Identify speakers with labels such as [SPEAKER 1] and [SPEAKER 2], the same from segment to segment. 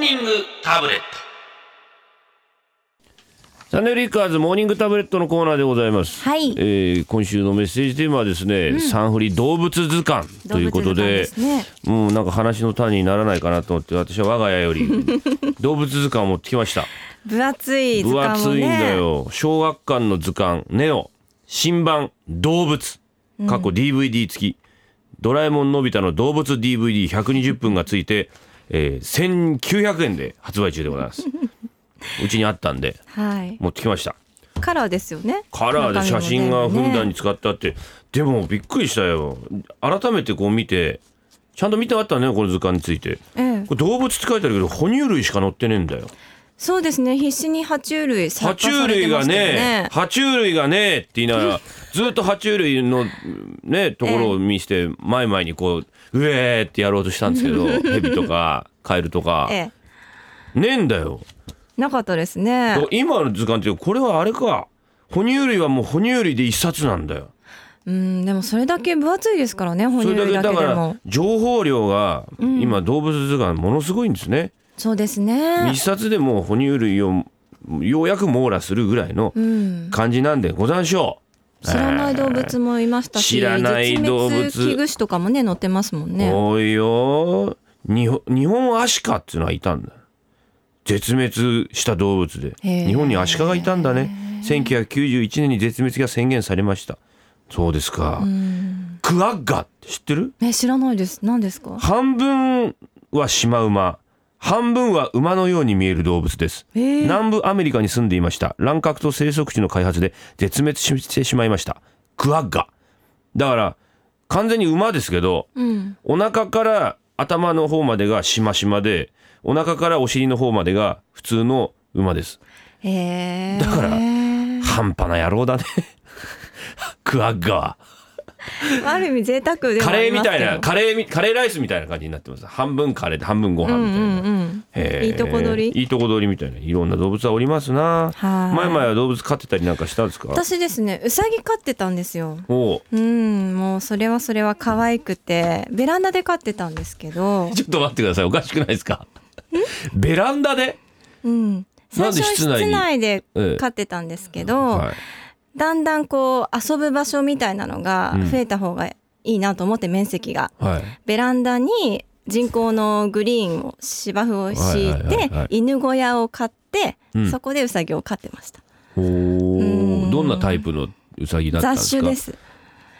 [SPEAKER 1] ニングタブレット
[SPEAKER 2] サンデーリッカーズモーニングタブレットのコーナーでございます、
[SPEAKER 3] はい
[SPEAKER 2] えー今週のメッセージテーマはですね、サンフリ動物図鑑ということで
[SPEAKER 3] 動物図鑑です
[SPEAKER 2] うんなんか話の種にならないかなと思って私は我が家よ り動物図鑑を持ってきました
[SPEAKER 3] 分厚い図
[SPEAKER 2] 分
[SPEAKER 3] 鑑も
[SPEAKER 2] 厚いん
[SPEAKER 3] ね
[SPEAKER 2] だよ小学館の図鑑ネオ新版動物過去 DVD 付き、ドラえもんのび太の動物 DVD120 分がついて、えー、1900円で発売中でござい ますうちにあったんで
[SPEAKER 3] はい
[SPEAKER 2] 持ってきました
[SPEAKER 3] カラーですよね
[SPEAKER 2] カラーで写真がふんだん
[SPEAKER 3] に
[SPEAKER 2] に使ったって、でもびっくりしたよ改めてこう見てちゃんと見てあったねこの図鑑について、
[SPEAKER 3] ええ
[SPEAKER 2] これ動物って書いてあるけど哺乳類しか載ってねえんだよ
[SPEAKER 3] そうですね必死に爬虫類
[SPEAKER 2] 爬
[SPEAKER 3] 探
[SPEAKER 2] 虫
[SPEAKER 3] され
[SPEAKER 2] 類
[SPEAKER 3] てま
[SPEAKER 2] が
[SPEAKER 3] したよ
[SPEAKER 2] ね爬虫類がねって言いなが らずっと爬虫類のねところを見して前々にこううえーってやろうとしたんですけど蛇とかカエルとか、
[SPEAKER 3] え
[SPEAKER 2] ねえんだよ
[SPEAKER 3] えなかったです
[SPEAKER 2] だから
[SPEAKER 3] ね
[SPEAKER 2] 今の図鑑ってこれはあれか哺乳類はもう哺乳類で一冊なんだよ
[SPEAKER 3] うんでもそれだけ分厚いですからね哺
[SPEAKER 2] そ
[SPEAKER 3] 乳
[SPEAKER 2] れだ
[SPEAKER 3] 類
[SPEAKER 2] け
[SPEAKER 3] だ
[SPEAKER 2] だ
[SPEAKER 3] け
[SPEAKER 2] か
[SPEAKER 3] で
[SPEAKER 2] ら
[SPEAKER 3] も
[SPEAKER 2] 情報量が今動物図鑑ものすごいんですね、
[SPEAKER 3] そうです
[SPEAKER 2] 一
[SPEAKER 3] ね
[SPEAKER 2] 冊でもう哺乳類をようやく網羅するぐらいの
[SPEAKER 3] うん
[SPEAKER 2] 感じなんでござんしょう
[SPEAKER 3] 知らない動物もいましたし
[SPEAKER 2] 知らない動物
[SPEAKER 3] 絶滅危惧種とかもね載ってますもんね
[SPEAKER 2] 多いよ日本日本アシカっていうのはいたんだ絶滅した動物で
[SPEAKER 3] へー
[SPEAKER 2] 日本にアシカがいたんだね1991年に絶滅が宣言されましたそうですか、クワッガって知ってる
[SPEAKER 3] え知らないです何ですか
[SPEAKER 2] 半分はシマウマ半分は馬のように見える動物です、
[SPEAKER 3] えー
[SPEAKER 2] 南部アメリカに住んでいました乱獲と生息地の開発で絶滅してしまいましたクワッガだから完全に馬ですけど
[SPEAKER 3] うん
[SPEAKER 2] お腹から頭の方までがしましまでお腹からお尻の方までが普通の馬です
[SPEAKER 3] ええ
[SPEAKER 2] だから 半端な野郎だねクワッガは
[SPEAKER 3] ある意味贅沢でも
[SPEAKER 2] カ
[SPEAKER 3] あ
[SPEAKER 2] レ
[SPEAKER 3] り
[SPEAKER 2] ーみ
[SPEAKER 3] ま
[SPEAKER 2] た
[SPEAKER 3] すけ
[SPEAKER 2] い
[SPEAKER 3] ど
[SPEAKER 2] なカレーみカレーライスみたいな感じになってます半分カレーで半分ご
[SPEAKER 3] う
[SPEAKER 2] 飯み
[SPEAKER 3] ん
[SPEAKER 2] たいな、
[SPEAKER 3] うんうん
[SPEAKER 2] へー
[SPEAKER 3] いいとこ取り
[SPEAKER 2] いいとこ取りみたいないろんな動物はおりますな
[SPEAKER 3] はい
[SPEAKER 2] 前々は動物飼ってたりなんかしたんですか
[SPEAKER 3] 私ですねうさぎ飼ってたんですよ
[SPEAKER 2] おう
[SPEAKER 3] うんもうそれはそれは可愛くてベランダで飼ってたんですけど
[SPEAKER 2] ちょっと待ってくださいおかしくないですかベランダで、
[SPEAKER 3] うん
[SPEAKER 2] な
[SPEAKER 3] 最
[SPEAKER 2] んで
[SPEAKER 3] 初は
[SPEAKER 2] 室
[SPEAKER 3] 室
[SPEAKER 2] 内に
[SPEAKER 3] 内で
[SPEAKER 2] ええ
[SPEAKER 3] 飼ってたんですけど、
[SPEAKER 2] はい
[SPEAKER 3] だんだんこう遊ぶ場所みたいなのが
[SPEAKER 2] うん
[SPEAKER 3] 増えた方がいいなと思って面積が、
[SPEAKER 2] はい、
[SPEAKER 3] ベランダに人工のグリーンを芝生を敷い
[SPEAKER 2] はいはいはいはい
[SPEAKER 3] て犬小屋を買って、
[SPEAKER 2] うん
[SPEAKER 3] そこでウサギを飼ってました
[SPEAKER 2] お
[SPEAKER 3] う
[SPEAKER 2] ー
[SPEAKER 3] ん
[SPEAKER 2] どんなタイプのウサギだったんで
[SPEAKER 3] 雑
[SPEAKER 2] す
[SPEAKER 3] 種
[SPEAKER 2] か
[SPEAKER 3] です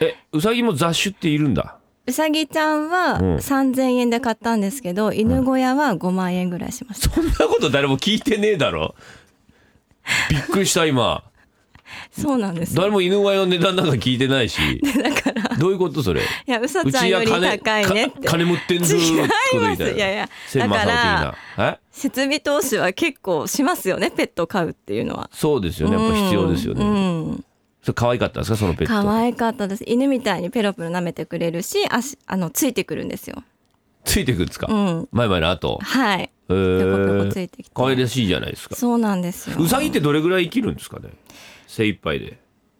[SPEAKER 2] えウサギも雑種っているんだ
[SPEAKER 3] うさぎちゃんは
[SPEAKER 2] うん
[SPEAKER 3] 3000円で買ったんですけど、犬小屋は5万円ぐらいしました、
[SPEAKER 2] そんなこと誰も聞いてねえだろびっくりした今
[SPEAKER 3] そうなんです
[SPEAKER 2] 誰も犬小屋の値段なんか聞いてない しどういうことそれ
[SPEAKER 3] いやうさ
[SPEAKER 2] う
[SPEAKER 3] ちゃん
[SPEAKER 2] ち
[SPEAKER 3] よ
[SPEAKER 2] は
[SPEAKER 3] り
[SPEAKER 2] 金
[SPEAKER 3] 高いねっ
[SPEAKER 2] か
[SPEAKER 3] て
[SPEAKER 2] 金持ってんぞ
[SPEAKER 3] 違い
[SPEAKER 2] ー
[SPEAKER 3] ま
[SPEAKER 2] って
[SPEAKER 3] す
[SPEAKER 2] ことみた
[SPEAKER 3] いやいや
[SPEAKER 2] 千
[SPEAKER 3] だ
[SPEAKER 2] 正
[SPEAKER 3] か
[SPEAKER 2] 雄的
[SPEAKER 3] ら
[SPEAKER 2] なえ
[SPEAKER 3] 設備投資は結構しますよねペット飼うっていうのは
[SPEAKER 2] そうですよねやっぱ必要ですよね、
[SPEAKER 3] うんうん
[SPEAKER 2] それ可愛かったんですかそのペット
[SPEAKER 3] 可愛かったです犬みたいにペロペロ舐めてくれるし足あのついてくるんですよ
[SPEAKER 2] ついてくるんですか、
[SPEAKER 3] うん
[SPEAKER 2] 前々の後
[SPEAKER 3] はい
[SPEAKER 2] え
[SPEAKER 3] ぴょこぴょこ
[SPEAKER 2] ー
[SPEAKER 3] ついてきて
[SPEAKER 2] 可愛らしいじゃないですか
[SPEAKER 3] そうなんですよ
[SPEAKER 2] ウサギってどれぐらい生きるんですかね精一杯で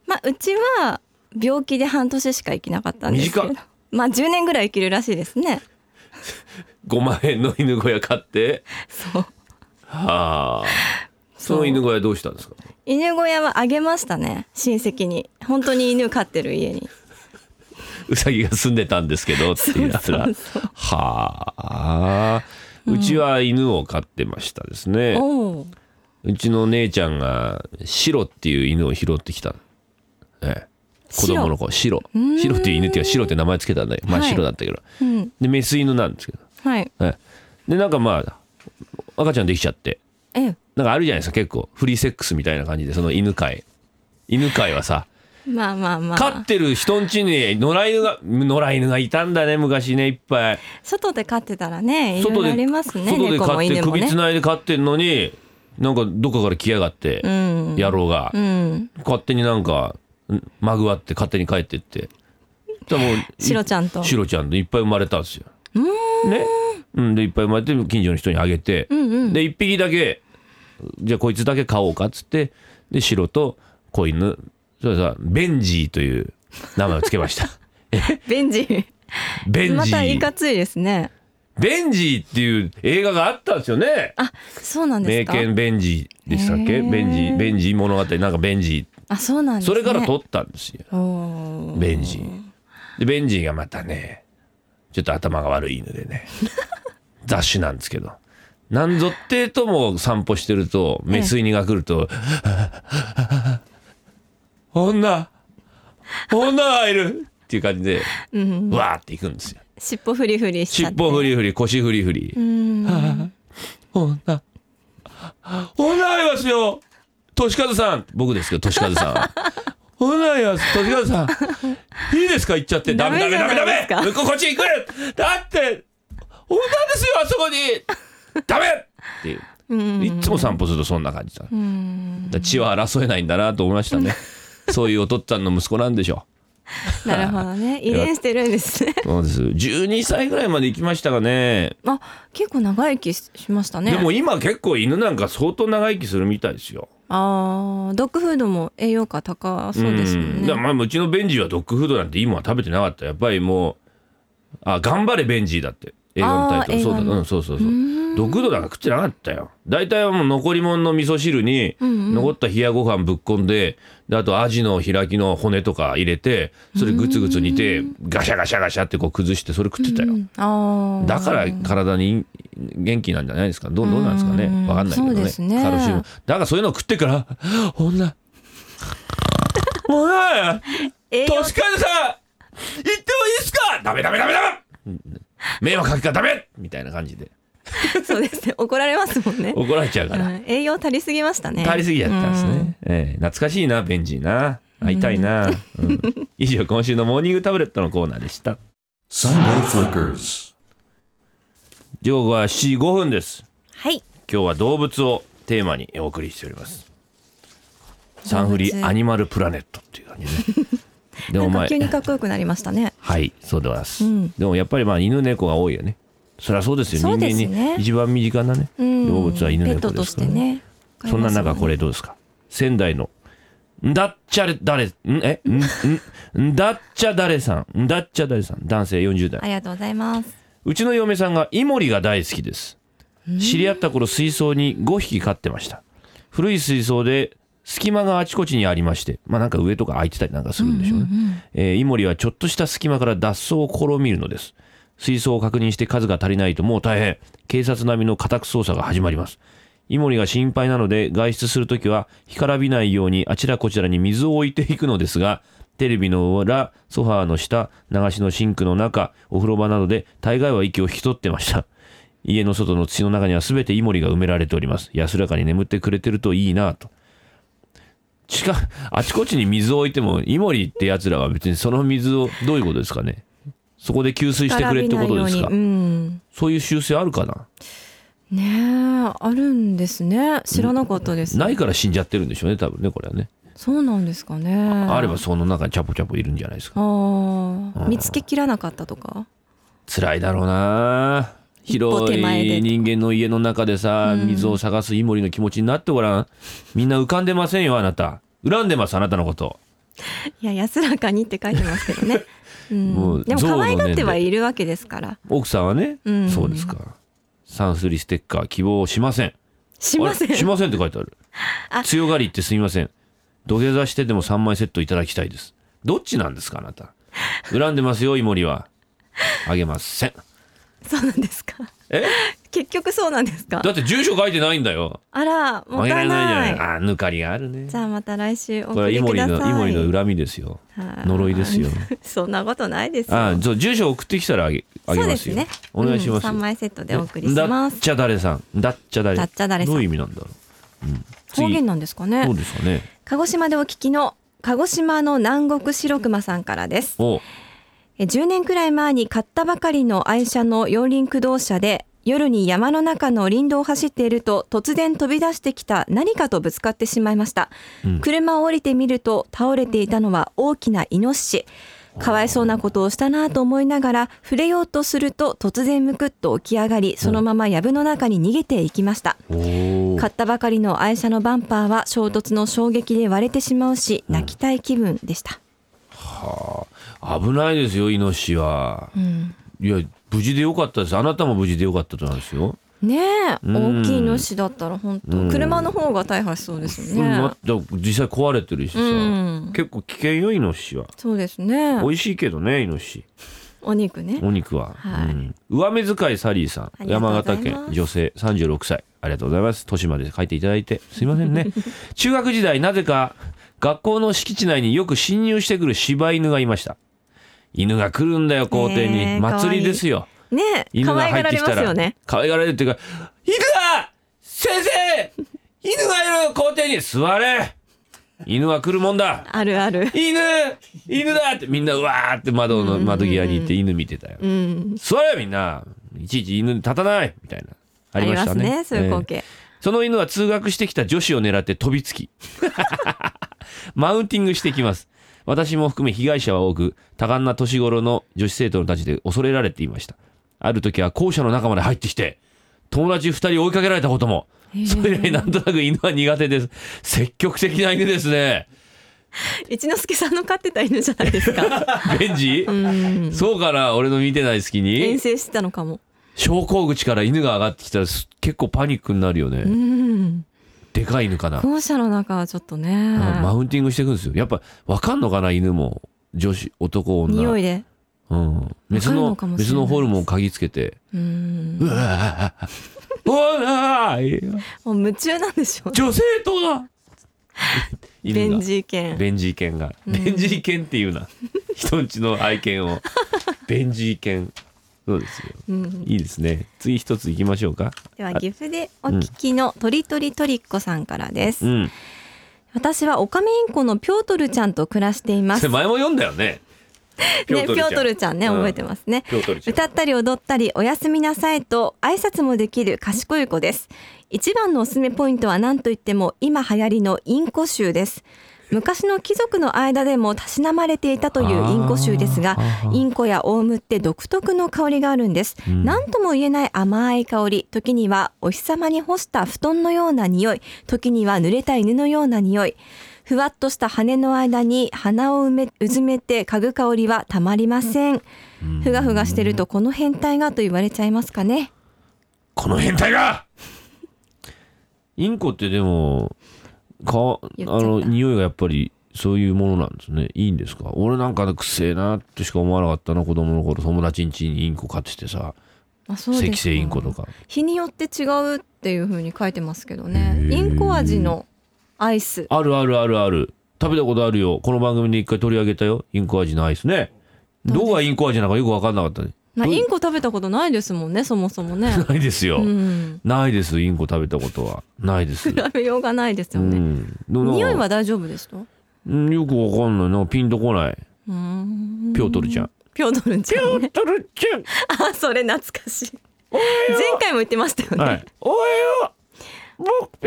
[SPEAKER 3] まあうちは病気で半年しか生きなかったんですけど
[SPEAKER 2] 短っ
[SPEAKER 3] まあ10年ぐらい生きるらしいですね
[SPEAKER 2] 5万円の犬小屋買って
[SPEAKER 3] そう
[SPEAKER 2] はあ
[SPEAKER 3] そ
[SPEAKER 2] そうの犬小屋どうしたんですか
[SPEAKER 3] 犬小屋はあげましたね親戚に本当に犬飼ってる家に
[SPEAKER 2] うさぎが住んでたんですけどっていうやつら
[SPEAKER 3] そうそうそう
[SPEAKER 2] はあうちは犬を飼ってましたですね、
[SPEAKER 3] おう
[SPEAKER 2] うちの姉ちゃんがシロっていう犬を拾ってきたの、ええ、子
[SPEAKER 3] シロ
[SPEAKER 2] 供の子シロシロっていう犬っていうかシロって名前つけたんだよまあ
[SPEAKER 3] はい
[SPEAKER 2] シロだったけど、
[SPEAKER 3] うん
[SPEAKER 2] でメス犬なんですけど、
[SPEAKER 3] はい
[SPEAKER 2] ええ、でなんかまあ赤ちゃんできちゃって
[SPEAKER 3] ええ
[SPEAKER 2] なんかあるじゃないですか結構フリーセックスみたいな感じでその犬飼い犬飼いはさ
[SPEAKER 3] まあまあま
[SPEAKER 2] 飼
[SPEAKER 3] あ
[SPEAKER 2] ってる人んちに野良犬が野良犬がいたんだね昔ねいっぱい
[SPEAKER 3] 外で飼ってたらねいろい
[SPEAKER 2] 外
[SPEAKER 3] ろ
[SPEAKER 2] で
[SPEAKER 3] ありますね
[SPEAKER 2] 外で
[SPEAKER 3] 猫
[SPEAKER 2] 飼っ
[SPEAKER 3] も
[SPEAKER 2] て
[SPEAKER 3] 犬も
[SPEAKER 2] 首
[SPEAKER 3] ね
[SPEAKER 2] つないで飼ってんのになんかどっかから来やがって、
[SPEAKER 3] うん
[SPEAKER 2] 野郎が、
[SPEAKER 3] うん
[SPEAKER 2] 勝手になんかんまぐわって勝手に帰ってってだからもう
[SPEAKER 3] シロちゃんと
[SPEAKER 2] シロちゃんでいっぱい生まれたんですよ。ね、うん、でいっぱい生まれて近所の人にあげて、
[SPEAKER 3] んう
[SPEAKER 2] で1匹だけじゃあこいつだけ買おうかっつってでシロと子犬それさベンジーという 名前をつけました。
[SPEAKER 3] ベンジ
[SPEAKER 2] ベン
[SPEAKER 3] ま
[SPEAKER 2] ジ
[SPEAKER 3] たい
[SPEAKER 2] ー
[SPEAKER 3] かついですね
[SPEAKER 2] ベンジーっていう映画があったんですよね。
[SPEAKER 3] あ、そうなんで
[SPEAKER 2] 名
[SPEAKER 3] すか。
[SPEAKER 2] 犬ベンジーでしたっけ
[SPEAKER 3] へー
[SPEAKER 2] ベンジー、ベンジー物語、なんかベンジー。
[SPEAKER 3] あ、そうなんです
[SPEAKER 2] そ
[SPEAKER 3] ね。
[SPEAKER 2] れから撮ったんですよ。
[SPEAKER 3] おー
[SPEAKER 2] ベンジー。で、ベンジーがまたね、ちょっと頭が悪い犬で ね、雑種なんですけど。なんぞってとも散歩してると、メス犬が来ると、女女がいるっていう感じで、
[SPEAKER 3] うん、
[SPEAKER 2] わーって行くんですよ。
[SPEAKER 3] 尻尾フリフリしちゃ
[SPEAKER 2] 尻
[SPEAKER 3] って。
[SPEAKER 2] 尾フリフリ、腰フリフリ
[SPEAKER 3] う。ん。
[SPEAKER 2] 女女あいますよとしかずさん僕ですけどとしかずさん女あいますとしかずさんいいですか行っちゃってダメダメダメダ
[SPEAKER 3] ダメじゃない
[SPEAKER 2] メ
[SPEAKER 3] ですか
[SPEAKER 2] 向こうこっち行くだって女ですよあそこにダメっていう
[SPEAKER 3] うん。
[SPEAKER 2] いっつも散歩するとそんな感じだだか
[SPEAKER 3] うん。
[SPEAKER 2] ら血は争えないんだなと思いました ねそういうお父っつぁんの息子なんでしょ
[SPEAKER 3] なるほ どね。遺伝してるんですね。
[SPEAKER 2] うそうです12歳ぐらいまで行きましたがね
[SPEAKER 3] あ、結構長生きししましたね。
[SPEAKER 2] でも今結構犬なんか相当長生きするみたいですよ
[SPEAKER 3] ああ、ドッグフードも栄養価高そうですもん
[SPEAKER 2] ん
[SPEAKER 3] ね。
[SPEAKER 2] だからまあうちのベンジーはドッグフードなんていいもんは食べてなかったやっぱりもう「あ頑張れベンジー」だって映画のタイト
[SPEAKER 3] あ
[SPEAKER 2] ル
[SPEAKER 3] ー
[SPEAKER 2] そうだ
[SPEAKER 3] 映画の
[SPEAKER 2] うんそうそうそうドッグフードなんか食ってなかったよ大体はもう残り物の味噌汁に
[SPEAKER 3] んうん
[SPEAKER 2] 残った冷やご飯ぶっこんでであとアジの開きの骨とか入れてそれグツグツ煮てガシャガシャガシャってこう崩してそれ食ってたよ
[SPEAKER 3] うんああ。
[SPEAKER 2] だから体に元気なんじゃないですかどうどうなんですかね
[SPEAKER 3] うん
[SPEAKER 2] わかんないけど
[SPEAKER 3] そう
[SPEAKER 2] ね
[SPEAKER 3] ですね
[SPEAKER 2] カルシウムだからそういうのを食ってから「 女女年かさん行っても
[SPEAKER 3] 栄養
[SPEAKER 2] いいですかダメダメダメダメ迷惑かけからダメみたいな感じで
[SPEAKER 3] そうですね。怒られますもんね。
[SPEAKER 2] 怒られちゃうか
[SPEAKER 3] う
[SPEAKER 2] ら
[SPEAKER 3] ん、栄養足りすぎましたね。
[SPEAKER 2] 足りすぎちゃったんですね、ええ懐かしいなベンジーな会いたいな、うん以上今週のモーニングタブレットのコーナーでした
[SPEAKER 1] Sunday Flickers.
[SPEAKER 2] 時刻は7時5分です
[SPEAKER 3] はい。
[SPEAKER 2] 今日は動物をテーマにお送りしておりますサンフリ
[SPEAKER 3] 動物
[SPEAKER 2] アニマルプラネットっていう感じで、 ね、で
[SPEAKER 3] な
[SPEAKER 2] も
[SPEAKER 3] んか
[SPEAKER 2] 前
[SPEAKER 3] 急にかっこよくなりましたね。
[SPEAKER 2] はいそうでございます、
[SPEAKER 3] うん
[SPEAKER 2] でもやっぱりまあ犬猫が多いよねそりゃそうですよ
[SPEAKER 3] そうですね
[SPEAKER 2] 人間に一番身近なね、
[SPEAKER 3] うん
[SPEAKER 2] 動物は犬
[SPEAKER 3] ペッ
[SPEAKER 2] 猫
[SPEAKER 3] ト
[SPEAKER 2] で
[SPEAKER 3] と
[SPEAKER 2] す
[SPEAKER 3] し
[SPEAKER 2] か
[SPEAKER 3] て
[SPEAKER 2] ら、
[SPEAKER 3] ね。
[SPEAKER 2] そんな中こ
[SPEAKER 3] れ。
[SPEAKER 2] れどうですか仙台のんだっちゃれ誰んえんんんだっちゃ誰さんんだっちゃ誰さん男性40代
[SPEAKER 3] ありがとうございます。
[SPEAKER 2] うちの嫁さんがイモリが大好きです。知り合った頃水槽に5匹飼ってました。古い水槽で隙間があちこちにありまして、まあなんか上とか空いてたりなんかするんでしょうね。えーイモリはちょっとした隙間から脱走を試みるのです。水槽を確認して数が足りないともう大変。警察並みの家宅捜査が始まります。イモリが心配なので外出するときは干からびないようにあちらこちらに水を置いていくのですが、テレビの裏、ソファーの下、流しのシンクの中、お風呂場などで大概は息を引き取ってました。家の外の土の中には全てイモリが埋められております。安らかに眠ってくれてるといいなと。近あちこちに水を置いてもイモリってやつらは別にその水をどういうことですかねそこで給水してくれってことですか
[SPEAKER 3] 並びないようにうん。
[SPEAKER 2] そういう習性あるかな
[SPEAKER 3] ねえ、あるんですね。知らなかったです。
[SPEAKER 2] ないから死んじゃってるんでしょうね多分ねこれはね
[SPEAKER 3] そうなんですかね。
[SPEAKER 2] あ
[SPEAKER 3] あ
[SPEAKER 2] ればその中にチャポチャポいるんじゃないですか
[SPEAKER 3] あー見つけきらなかったとか。
[SPEAKER 2] 辛いだろうな
[SPEAKER 3] 歩
[SPEAKER 2] 広
[SPEAKER 3] 手前
[SPEAKER 2] い
[SPEAKER 3] で
[SPEAKER 2] 人間の家の中でさ水を探すイモリの気持ちになってごらんみんな浮かんでませんよあなた恨んでますあなたのこと
[SPEAKER 3] いや安らかにって書いてますけど ね。うん
[SPEAKER 2] もう
[SPEAKER 3] でも
[SPEAKER 2] 象の
[SPEAKER 3] 可
[SPEAKER 2] 面
[SPEAKER 3] 愛
[SPEAKER 2] で
[SPEAKER 3] がってはいるわけですから。
[SPEAKER 2] 奥さんはね
[SPEAKER 3] うん
[SPEAKER 2] そうですかサンスリステッカー希望しません
[SPEAKER 3] しませ
[SPEAKER 2] あれし
[SPEAKER 3] ん。
[SPEAKER 2] ませんって書いてある強がりってすみません土下座してでも3枚セットいただきたいですどっちなんですかあなた恨んでますよイモリはあげません
[SPEAKER 3] そうなんですか。
[SPEAKER 2] え
[SPEAKER 3] 結局そうなんですか
[SPEAKER 2] だ。って住所書いてないんだよ
[SPEAKER 3] あらも
[SPEAKER 2] あ
[SPEAKER 3] っ
[SPEAKER 2] げら
[SPEAKER 3] た
[SPEAKER 2] れ
[SPEAKER 3] い
[SPEAKER 2] ないじゃ
[SPEAKER 3] な。
[SPEAKER 2] ないいあーぬかりがあるね
[SPEAKER 3] じゃあまた来週お
[SPEAKER 2] これは
[SPEAKER 3] 送り
[SPEAKER 2] イモ
[SPEAKER 3] く
[SPEAKER 2] リ
[SPEAKER 3] ださい。
[SPEAKER 2] のイモリの恨みですよ
[SPEAKER 3] はい
[SPEAKER 2] 呪いですよ
[SPEAKER 3] そんなことないですよ。
[SPEAKER 2] あーそう住所送ってきたらあげあげ
[SPEAKER 3] そう
[SPEAKER 2] ま
[SPEAKER 3] ですす
[SPEAKER 2] よ
[SPEAKER 3] ね。
[SPEAKER 2] お願いします
[SPEAKER 3] うん三、枚セットでお送りし
[SPEAKER 2] だ
[SPEAKER 3] ま
[SPEAKER 2] っ
[SPEAKER 3] す。
[SPEAKER 2] ちゃ誰さんだっちゃ誰
[SPEAKER 3] だっちゃ誰さん
[SPEAKER 2] どういう意味なんだろう、
[SPEAKER 3] 方
[SPEAKER 2] うん、次
[SPEAKER 3] 言
[SPEAKER 2] ど
[SPEAKER 3] なんですかね
[SPEAKER 2] う。ですかね
[SPEAKER 3] 鹿児島でお聞きの鹿児島の南国白熊さんからです。
[SPEAKER 2] お
[SPEAKER 3] え10年くらい前に買ったばかりの愛車の四輪駆動車で夜に山の中の林道を走っていると突然飛び出してきた何かとぶつかってしまいました、
[SPEAKER 2] うん
[SPEAKER 3] 車を降りてみると倒れていたのは大きなイノシシかわいそうなことをしたなと思いながら触れようとすると突然むくっと起き上がりそのまま藪の中に逃げていきました、
[SPEAKER 2] おー
[SPEAKER 3] 買ったばかりの愛車のバンパーは衝突の衝撃で割れてしまうし泣きたい気分でした、
[SPEAKER 2] 危ないですよイノシシは、いやぶ無事でよかったですあなたも無事でよかったとなんですよ、
[SPEAKER 3] ねえ、
[SPEAKER 2] ん
[SPEAKER 3] 大きいのしだったら本当、
[SPEAKER 2] うん
[SPEAKER 3] 車の方が大破しそうですよ
[SPEAKER 2] うん
[SPEAKER 3] ね。
[SPEAKER 2] まだ実際壊れてるしさ、
[SPEAKER 3] うん
[SPEAKER 2] 結構危険よイノシシは
[SPEAKER 3] そうですね。
[SPEAKER 2] 美味しいけどねイノシシ
[SPEAKER 3] お肉ね。
[SPEAKER 2] お肉は、
[SPEAKER 3] はい
[SPEAKER 2] うん上目遣いサリーさ
[SPEAKER 3] あ
[SPEAKER 2] ん
[SPEAKER 3] りがと
[SPEAKER 2] 山
[SPEAKER 3] うござ
[SPEAKER 2] 形
[SPEAKER 3] います
[SPEAKER 2] 県女性36歳ありがとうございます豊島で書いていただいてすいません ね中学時代なぜか学校の敷地内によく侵入してくる柴犬がいました犬が来るんだよ校庭に、
[SPEAKER 3] ねえ
[SPEAKER 2] 祭りですよ
[SPEAKER 3] ねえ、
[SPEAKER 2] 犬
[SPEAKER 3] 可
[SPEAKER 2] が
[SPEAKER 3] 愛
[SPEAKER 2] 入っ
[SPEAKER 3] がら
[SPEAKER 2] て
[SPEAKER 3] れ
[SPEAKER 2] き
[SPEAKER 3] ま
[SPEAKER 2] た
[SPEAKER 3] すよ
[SPEAKER 2] ら
[SPEAKER 3] ね。
[SPEAKER 2] 可愛がられるっていうか「行くな先生犬がいる校庭に座れ犬は来るもんだ
[SPEAKER 3] あるある。
[SPEAKER 2] 犬犬だ!」ってみんなうわーって窓の窓際に行って犬見てたよ
[SPEAKER 3] うん、
[SPEAKER 2] 座れよみんないちいち犬立たないみたいなあ
[SPEAKER 3] あ
[SPEAKER 2] り
[SPEAKER 3] り
[SPEAKER 2] まし
[SPEAKER 3] ま
[SPEAKER 2] た
[SPEAKER 3] す
[SPEAKER 2] ね
[SPEAKER 3] ね、そういう光
[SPEAKER 2] ええ
[SPEAKER 3] 景。
[SPEAKER 2] その犬は通学してきた女子を狙って飛びつき マウンティングしてきます私も含め被害者は多く多感な年頃の女子生徒のたちで恐れられていましたある時は校舎の中まで入ってきて友達2人追いかけられたこともそれ以来なんとなく犬は苦手です積極的な犬ですね
[SPEAKER 3] 一之輔さんの飼ってた犬じゃないで すか。
[SPEAKER 2] ベンジ、
[SPEAKER 3] うん、
[SPEAKER 2] そうかな俺の見てない隙に
[SPEAKER 3] 遠征してたのかも。
[SPEAKER 2] 昇降口から犬が上がってきたらす結構パニックになるよね、
[SPEAKER 3] うん、
[SPEAKER 2] でかい犬かな、
[SPEAKER 3] 校舎の中はちょっとね。
[SPEAKER 2] うんマウンティングしていくんですよやっぱわかんのかな犬も女子男女
[SPEAKER 3] 匂いで。
[SPEAKER 2] うん、別の
[SPEAKER 3] わかるのかもしれないです
[SPEAKER 2] 別のホルモン嗅ぎつけて
[SPEAKER 3] うん
[SPEAKER 2] 「う、わあほら
[SPEAKER 3] もう夢中なんでしょうね。
[SPEAKER 2] 女性と だ!」
[SPEAKER 3] ベ
[SPEAKER 2] 犬が
[SPEAKER 3] ンジー犬。
[SPEAKER 2] ベンジー犬が、
[SPEAKER 3] うん
[SPEAKER 2] ベンジー犬っていうな 人んちの愛犬をベンジー犬そうですよ
[SPEAKER 3] うん
[SPEAKER 2] いいですね次一つ行きましょうか
[SPEAKER 3] では岐阜でお聞きのとりとりとりっこさんからです、
[SPEAKER 2] うん
[SPEAKER 3] 私はオカメインコのピョートルちゃんと暮らしていま
[SPEAKER 2] そ
[SPEAKER 3] す
[SPEAKER 2] れ前も読んだよね
[SPEAKER 3] ね、ピョートルちゃんね、覚えて
[SPEAKER 2] ま
[SPEAKER 3] ますね。
[SPEAKER 2] ピョートルちゃん
[SPEAKER 3] 歌ったり踊ったり、おやすみなさいと挨拶もできる賢い子です。一番のおすすめポイントは何といっても、今流行りのインコ臭です。昔の貴族の間でもたしなまれていたというインコ臭ですが
[SPEAKER 2] あー
[SPEAKER 3] インコやオウムって独特の香りがあるんです、
[SPEAKER 2] ん
[SPEAKER 3] 何とも言えない甘い香り時にはお日様に干した布団のような匂い時には濡れた犬のような匂いふわっとした羽の間に鼻を埋めうずめて嗅ぐ香りはたまりませんふがふがしてるとこの変態がと言われちゃいますかね
[SPEAKER 2] この変態がインコってでもかあ
[SPEAKER 3] 言っちゃった
[SPEAKER 2] の匂いがやっぱりそういうものなんですねいいんですか俺なんかくせえなってしか思わなかったな子供の頃友達ん家にインコ飼っててさ
[SPEAKER 3] あそうで
[SPEAKER 2] 赤
[SPEAKER 3] す
[SPEAKER 2] 星インコとか
[SPEAKER 3] 日によって違うっていう風に書いてますけどね
[SPEAKER 2] へー
[SPEAKER 3] インコ味のアイス
[SPEAKER 2] あるあるあるある食べたことあるよこの番組で一回取り上げたよインコ味のアイスねどこがインコ味なのかよく分かんなかったね
[SPEAKER 3] まあ、
[SPEAKER 2] どう
[SPEAKER 3] インコ食べたことないですもんねそもそ もね
[SPEAKER 2] ないですよ、
[SPEAKER 3] うん
[SPEAKER 2] ないですインコ食べたことはないです
[SPEAKER 3] 比べようがないですよ
[SPEAKER 2] う
[SPEAKER 3] ね、
[SPEAKER 2] んでもなんか
[SPEAKER 3] 匂いは大丈夫ですと
[SPEAKER 2] うんよくわかんないなピンとこない
[SPEAKER 3] ピョ
[SPEAKER 2] ピョートルちゃん
[SPEAKER 3] ピョートルちゃんね
[SPEAKER 2] トルちゃん
[SPEAKER 3] あそれ懐かしい前回も言ってましたよね、
[SPEAKER 2] はい。おはよう。僕ピョ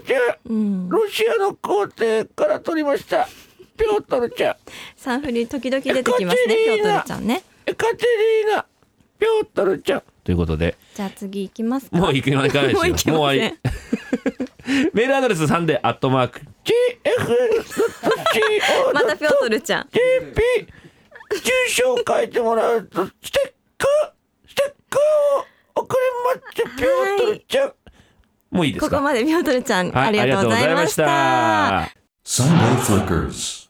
[SPEAKER 2] ートルちゃん、
[SPEAKER 3] うん、
[SPEAKER 2] ロシアの皇帝から取りました。ピョートルちゃん、
[SPEAKER 3] サンフリ時々出てきます
[SPEAKER 2] エカ
[SPEAKER 3] ねピ
[SPEAKER 2] テ
[SPEAKER 3] ョ
[SPEAKER 2] リーナ
[SPEAKER 3] ートルちゃんね
[SPEAKER 2] エカテリーナ、ピョートルちゃん。ということで、
[SPEAKER 3] じゃあ次行きますか
[SPEAKER 2] もう行くのいかないですよ。
[SPEAKER 3] もう行きません
[SPEAKER 2] 終わり。 メールアドレスサンデーアットマーク GFN.CO
[SPEAKER 3] またピョートルちゃん
[SPEAKER 2] JP 住所を書いてもらうとステッカーステッカーを送りまってピョートルちゃん、もういいです
[SPEAKER 3] こ
[SPEAKER 2] か
[SPEAKER 3] こまでピョートルちゃん、
[SPEAKER 2] はい
[SPEAKER 3] ありがとうございました
[SPEAKER 2] ありがとうございました
[SPEAKER 1] Sunday Flickers.